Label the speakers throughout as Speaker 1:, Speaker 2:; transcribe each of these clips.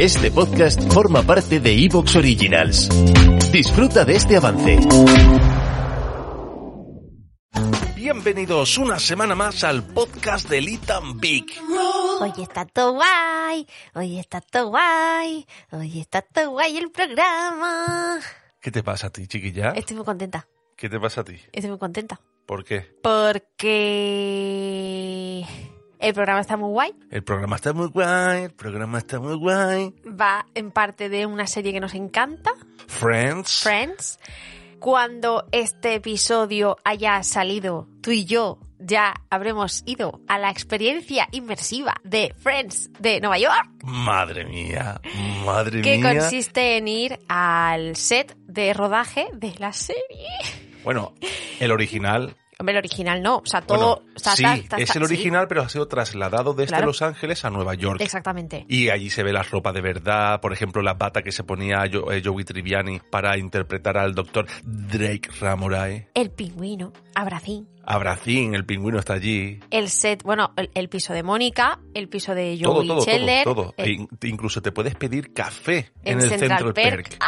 Speaker 1: Este podcast forma parte de Evox Originals. Disfruta de este avance.
Speaker 2: Bienvenidos una semana más al podcast de Litan Big.
Speaker 3: Hoy está todo guay, hoy está todo guay, hoy está todo guay el programa.
Speaker 2: ¿Qué te pasa a ti, chiquilla?
Speaker 3: Estoy muy contenta,
Speaker 2: ¿Qué te pasa a ti?
Speaker 3: estoy muy contenta.
Speaker 2: ¿Por qué?
Speaker 3: Porque el programa está muy guay,
Speaker 2: El programa está muy guay, el programa está muy guay.
Speaker 3: va en parte de una serie que nos encanta,
Speaker 2: Friends.
Speaker 3: Friends. Cuando este episodio haya salido, tú y yo ya habremos ido a la experiencia inmersiva de Friends de Nueva York.
Speaker 2: Madre mía, madre
Speaker 3: que
Speaker 2: mía.
Speaker 3: consiste en ir al set de rodaje de la serie.
Speaker 2: Bueno, el original.
Speaker 3: Hombre, el original no, o sea, todo...
Speaker 2: bueno,
Speaker 3: o sea,
Speaker 2: sí,
Speaker 3: ta- ta- ta-
Speaker 2: es el
Speaker 3: sí,
Speaker 2: original, pero ha sido trasladado desde
Speaker 3: Claro.
Speaker 2: Los Ángeles a Nueva York.
Speaker 3: exactamente.
Speaker 2: Y allí se ve la ropa de verdad, por ejemplo, la bata que se ponía Jo- eh, Joey Triviani para interpretar al doctor Drake Ramoray.
Speaker 3: El pingüino, Abracín,
Speaker 2: Abracín, el pingüino está allí.
Speaker 3: el set, bueno, el, el piso de Mónica, el piso de
Speaker 2: Todo,
Speaker 3: Joey
Speaker 2: todo,
Speaker 3: Scheller,
Speaker 2: todo, todo.
Speaker 3: el-
Speaker 2: E in- incluso te puedes pedir café en,
Speaker 3: eh, en
Speaker 2: el
Speaker 3: Central
Speaker 2: Central
Speaker 3: Perk.
Speaker 2: Perk.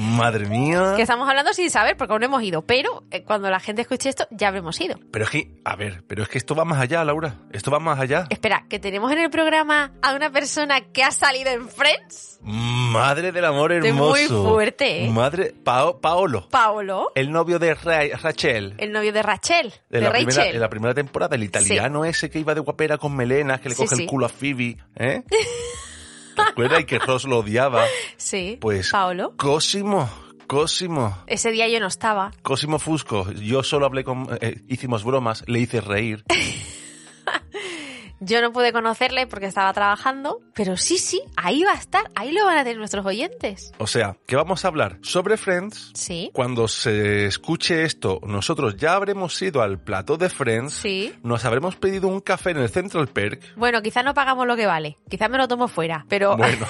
Speaker 2: Madre mía.
Speaker 3: que estamos hablando sin saber porque aún no hemos ido, pero eh, cuando la gente escuche esto ya habremos ido.
Speaker 2: Pero es que, a ver, pero es que esto va más allá, Laura. Esto va más allá.
Speaker 3: Espera, que tenemos en el programa a una persona que ha salido en Friends,
Speaker 2: Madre del amor
Speaker 3: Estoy
Speaker 2: hermoso.
Speaker 3: muy fuerte, ¿eh?
Speaker 2: Madre, Pao- Paolo,
Speaker 3: Paolo,
Speaker 2: el novio de Ra- Rachel.
Speaker 3: el novio de Rachel, Eh, de,
Speaker 2: De la,
Speaker 3: Rachel.
Speaker 2: primera, de la primera temporada, el italiano ese que iba de guapera con melenas, que le
Speaker 3: Sí,
Speaker 2: coge
Speaker 3: sí.
Speaker 2: el culo a Phoebe, ¿eh? ¿Te acuerdas? Y que Ross lo odiaba.
Speaker 3: Sí,
Speaker 2: Pues
Speaker 3: Paolo.
Speaker 2: Cosimo, Cosimo,
Speaker 3: Ese día yo no estaba.
Speaker 2: Cosimo Fusco. Yo solo hablé con... eh, hicimos bromas, le hice reír.
Speaker 3: Yo no pude conocerle porque estaba trabajando, pero sí, sí, ahí va a estar, ahí lo van a tener nuestros oyentes.
Speaker 2: O sea, que vamos a hablar sobre Friends.
Speaker 3: Sí,
Speaker 2: Cuando se escuche esto, nosotros ya habremos ido al plató de Friends.
Speaker 3: sí.
Speaker 2: Nos habremos pedido un café en el Central Perk.
Speaker 3: Bueno, quizás no pagamos lo que vale, quizás me lo tomo fuera, pero
Speaker 2: Bueno.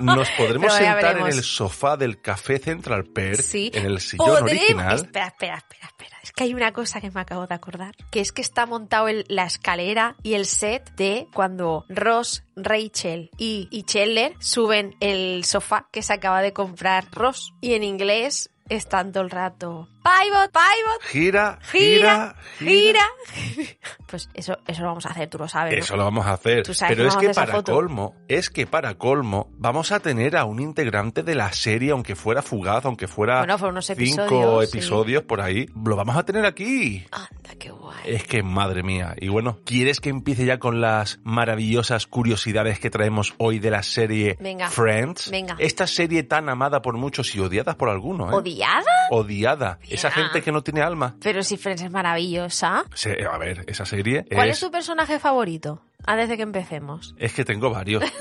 Speaker 2: Nos podremos
Speaker 3: Pero ya
Speaker 2: sentar en
Speaker 3: veremos.
Speaker 2: el sofá del Café Central Perk,
Speaker 3: sí.
Speaker 2: en el sillón
Speaker 3: Podremos-
Speaker 2: original.
Speaker 3: Espera, espera, espera, espera. Es que hay una cosa que me acabo de acordar, que es que está montado el- la escalera y el set de cuando Ross, Rachel y, y Chandler suben el sofá que se acaba de comprar Ross. Y en inglés están todo el rato, pivot, pivot,
Speaker 2: Gira,
Speaker 3: gira,
Speaker 2: gira,
Speaker 3: gira. Pues eso, eso lo vamos a hacer, tú lo sabes. ¿no?
Speaker 2: Eso lo vamos a hacer.
Speaker 3: Tú sabes
Speaker 2: Pero
Speaker 3: que
Speaker 2: es
Speaker 3: vamos a
Speaker 2: que
Speaker 3: hacer esa
Speaker 2: para
Speaker 3: foto.
Speaker 2: colmo, es que para colmo, vamos a tener a un integrante de la serie, aunque fuera fugaz, aunque fuera
Speaker 3: Bueno, fueron unos
Speaker 2: cinco
Speaker 3: episodios, sí.
Speaker 2: episodios por ahí, lo vamos a tener aquí.
Speaker 3: Anda, qué guay.
Speaker 2: Es que madre mía. Y bueno, ¿quieres que empiece ya con las maravillosas curiosidades que traemos hoy de la serie
Speaker 3: Venga.
Speaker 2: Friends?
Speaker 3: Venga.
Speaker 2: Esta serie tan amada por muchos y odiada por algunos, ¿eh?
Speaker 3: ¿Odiada?
Speaker 2: Odiada. Esa
Speaker 3: Mira.
Speaker 2: gente que no tiene alma.
Speaker 3: Pero si Friends es maravillosa.
Speaker 2: Se- a ver, esa serie
Speaker 3: ¿Cuál
Speaker 2: es...
Speaker 3: es tu personaje favorito? Antes de que empecemos.
Speaker 2: Es que tengo varios.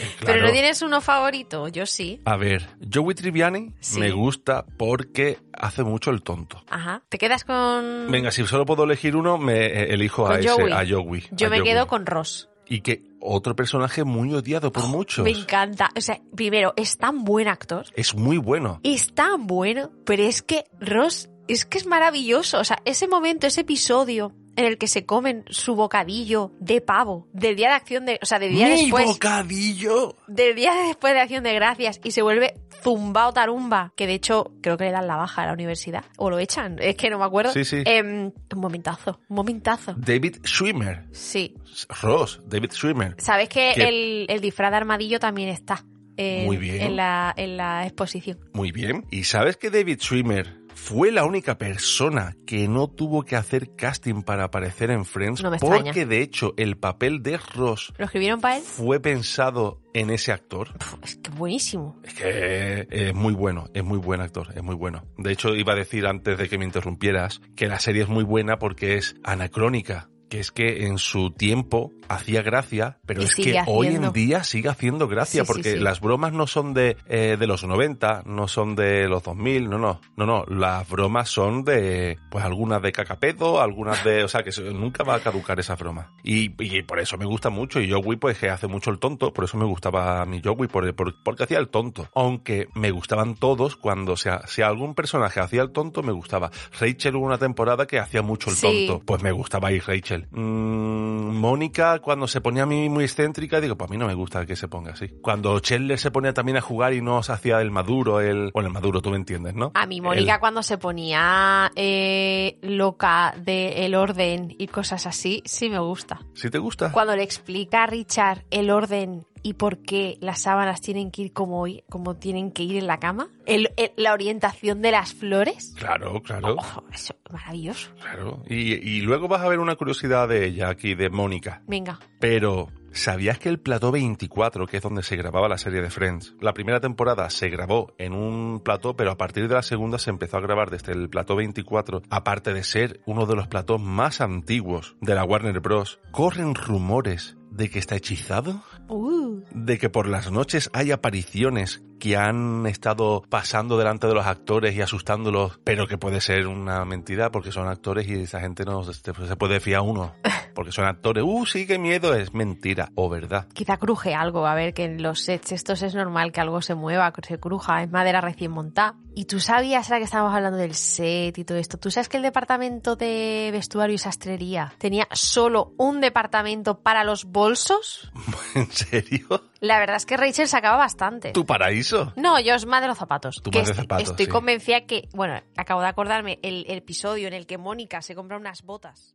Speaker 2: Eh,
Speaker 3: Pero
Speaker 2: claro.
Speaker 3: no tienes uno favorito, yo sí.
Speaker 2: A ver, Joey Triviani
Speaker 3: Sí.
Speaker 2: me gusta porque hace mucho el tonto.
Speaker 3: Ajá. ¿Te quedas con.?
Speaker 2: Venga, si solo puedo elegir uno, me eh, elijo a
Speaker 3: Con
Speaker 2: ese,
Speaker 3: Joey.
Speaker 2: a Joey.
Speaker 3: Yo
Speaker 2: a
Speaker 3: me
Speaker 2: Joey.
Speaker 3: quedo con Ross. Oh,
Speaker 2: Y que otro personaje muy odiado por muchos.
Speaker 3: Me encanta. O sea, primero, es tan buen actor.
Speaker 2: Es muy bueno.
Speaker 3: Es tan bueno. Pero es que Ross es que es maravilloso. O sea, ese momento, ese episodio en el que se comen su bocadillo de pavo del día de acción de. O sea, del día
Speaker 2: ¡Mi
Speaker 3: después.
Speaker 2: bocadillo!
Speaker 3: del día después de Acción de Gracias y se vuelve zumbao tarumba, que de hecho creo que le dan la baja a la universidad, o lo echan, es que no me acuerdo.
Speaker 2: Sí, sí.
Speaker 3: Em, un momentazo, un momentazo.
Speaker 2: David Schwimmer.
Speaker 3: Sí.
Speaker 2: Ross, David Schwimmer.
Speaker 3: Sabes que
Speaker 2: ¿Qué?
Speaker 3: el, el disfraz de armadillo también está en,
Speaker 2: Muy bien.
Speaker 3: en la, en la exposición.
Speaker 2: Muy bien. ¿Y sabes que David Schwimmer fue la única persona que no tuvo que hacer casting para aparecer en Friends?
Speaker 3: No me
Speaker 2: porque
Speaker 3: extraña.
Speaker 2: de hecho el papel de Ross
Speaker 3: ¿Lo escribieron para él?
Speaker 2: fue pensado en ese actor.
Speaker 3: Puf, es que buenísimo.
Speaker 2: Es que eh, es muy bueno, es muy buen actor, es muy bueno. De hecho, iba a decir antes de que me interrumpieras que la serie es muy buena porque es anacrónica. Que es que en su tiempo hacía gracia, pero
Speaker 3: Y
Speaker 2: es
Speaker 3: sigue
Speaker 2: que hoy
Speaker 3: haciendo.
Speaker 2: en día sigue haciendo gracia,
Speaker 3: Sí, sí,
Speaker 2: porque
Speaker 3: sí.
Speaker 2: las bromas no son de, eh, de los 90, no son de los 2000, no, no, no, no. Las bromas son de, pues algunas de cacapedo, algunas de, o sea, que eso- nunca va a caducar esa broma. Y, y por eso me gusta mucho. Y Joey, pues que hace mucho el tonto, por eso me gustaba a mi Joey, por, por- porque hacía el tonto. Aunque me gustaban todos, cuando sea, si algún personaje hacía el tonto, me gustaba. Rachel hubo una temporada que hacía mucho el
Speaker 3: Sí.
Speaker 2: tonto, pues me gustaba ahí Rachel. él. Mm, Mónica, cuando se ponía a mí muy excéntrica, digo, pues a mí no me gusta que se ponga así. Cuando Chandler se ponía también a jugar y no se hacía el maduro, el. Bueno, el maduro, tú me entiendes, ¿no?
Speaker 3: A mí Mónica
Speaker 2: El-
Speaker 3: cuando se ponía eh, loca de el orden y cosas así, sí me gusta.
Speaker 2: ¿Sí te gusta?
Speaker 3: Cuando le explica a Richard el orden y por qué las sábanas tienen que ir como, hoy- como tienen que ir en la cama, el- el- la orientación de las flores,
Speaker 2: Claro, claro.
Speaker 3: oh, eso es maravilloso.
Speaker 2: Claro. Y, y luego vas a ver una curiosidad de ella aquí, de Mónica.
Speaker 3: Venga,
Speaker 2: Pero, ¿sabías que el plató 24, que es donde se grababa la serie de Friends, la primera temporada se grabó en un plató, pero a partir de la segunda se empezó a grabar desde el plató 24, aparte de ser uno de los platós más antiguos de la Warner Bros., corren rumores de que está hechizado?
Speaker 3: Uh,
Speaker 2: de que por las noches hay apariciones que han estado pasando delante de los actores y asustándolos, pero que puede ser una mentira porque son actores y esa gente no se se puede fiar uno, porque son actores. Uh, sí, qué miedo, es mentira o verdad.
Speaker 3: quizá cruje algo, a ver, que en los sets estos es normal que algo se mueva, que se cruja, es madera recién montada. Y tú sabías, ahora que estábamos hablando del set y todo esto, tú sabes que el departamento de vestuario y sastrería tenía solo un departamento para los bolsos.
Speaker 2: ¿En serio?
Speaker 3: La verdad es que Rachel sacaba bastante.
Speaker 2: ¿Tu paraíso?
Speaker 3: No, yo es más de los zapatos.
Speaker 2: Tú
Speaker 3: Que
Speaker 2: más de
Speaker 3: est-
Speaker 2: zapatos,
Speaker 3: Estoy
Speaker 2: sí.
Speaker 3: convencida que, bueno, acabo de acordarme el, el episodio en el que Mónica se compra unas botas.